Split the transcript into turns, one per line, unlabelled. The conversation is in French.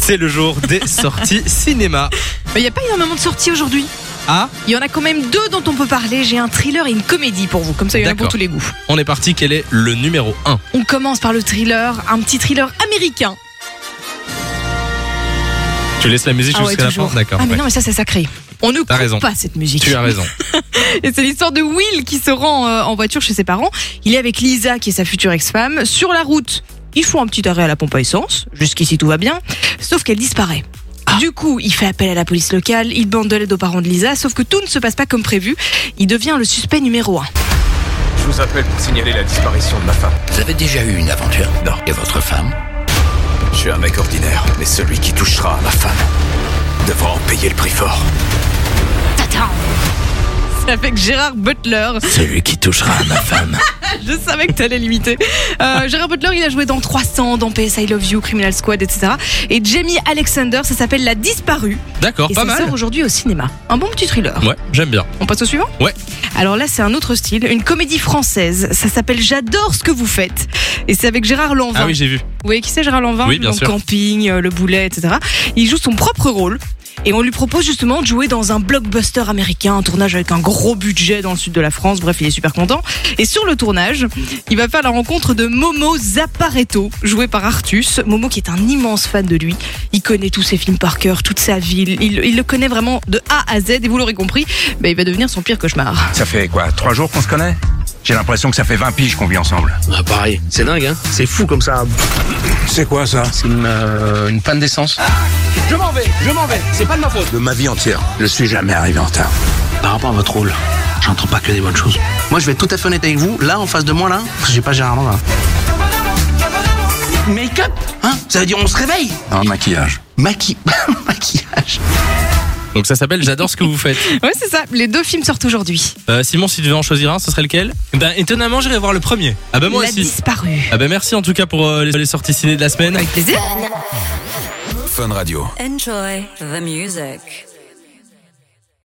C'est le jour des sorties cinéma.
Il n'y a pas énormément de sorties aujourd'hui.
Ah,
Il y en a quand même deux dont on peut parler. J'ai un thriller et une comédie pour vous. Comme ça, il y en a pour
D'accord.
tous les goûts.
on est parti. Quel est le numéro 1
On commence par le thriller, un petit thriller américain.
Tu laisses la musique
Ah ouais,
jusqu'à la
toujours.
fin D'accord.
Ah, mais
ouais.
non, mais ça, c'est sacré. On ne
T'as raison.
coupe pas cette musique.
Tu as raison.
Et c'est l'histoire de Will qui se rend euh, en voiture chez ses parents. Il est avec Lisa, qui est sa future ex-femme, sur la route. Ils font un petit arrêt à la pompe à essence. Jusqu'ici, tout va bien. Sauf qu'elle disparaît.
Ah.
Du coup, il fait appel à la police locale, il demande de l'aide aux parents de Lisa, sauf que tout ne se passe pas comme prévu. Il devient le suspect numéro un.
Je vous appelle pour signaler la disparition de ma femme.
Vous avez déjà eu une aventure Non. Et votre femme
Je suis un mec ordinaire, mais celui qui touchera à ma femme devra en payer le prix fort.
C'est avec Gérard Butler.
Celui qui touchera à ma femme.
Je savais que t'allais l'imiter. Euh, Gérard Butler, il a joué dans 300, dans PS I Love You, Criminal Squad, etc. Et Jamie Alexander, ça s'appelle La Disparue.
D'accord, Oh,
Et
pas
ça
mal.
sort aujourd'hui au cinéma. Un bon petit thriller.
Ouais, j'aime bien.
On passe au suivant
Ouais.
Alors là, c'est un autre style, une comédie française. Ça s'appelle J'adore ce que vous faites. Et c'est avec Gérard Lanvin.
Ah oui, j'ai vu.
Vous voyez qui c'est Gérard Lanvin
Oui, bien
Dans
sûr.
Camping, euh, Le Boulet, etc. Il joue son propre rôle. Et on lui propose justement de jouer dans un blockbuster américain, un tournage avec un gros budget dans le sud de la France. Bref, il est super content. Et sur le tournage, il va faire la rencontre de Momo Zapparetto, joué par Artus. Momo qui est un immense fan de lui. Il connaît tous ses films par cœur, toute sa ville. Il, il le connaît vraiment de A à Z. Et vous l'aurez compris, bah, il va devenir son pire cauchemar.
Ça fait quoi Trois jours qu'on se connaît J'ai l'impression que ça fait 20 piges qu'on vit ensemble.
Ah, pareil, c'est dingue, hein C'est fou comme ça.
C'est quoi ça
C'est une, euh, une panne d'essence. Je m'en vais, je m'en vais, c'est pas de ma faute.
De ma vie entière. Je suis jamais arrivé en retard.
Par rapport à votre rôle, j'entends pas que des bonnes choses. Moi, je vais être tout à fait honnête avec vous. Là, en face de moi, là, j'ai pas Gérard Lanvin. Make-up Hein Ça veut dire on se réveille
En maquillage.
Maquille... Maquillage.
Donc ça s'appelle J'adore ce que vous faites.
Ouais, c'est ça. Les deux films sortent aujourd'hui.
Euh, Simon, si tu devais en choisir un, ce serait lequel Ben étonnamment, j'irai voir le premier. Ah ben moi
La
aussi.
disparue.
Ah ben merci en tout cas pour euh, les les sorties ciné de la semaine.
Avec plaisir.
Fun Radio.
Enjoy the music.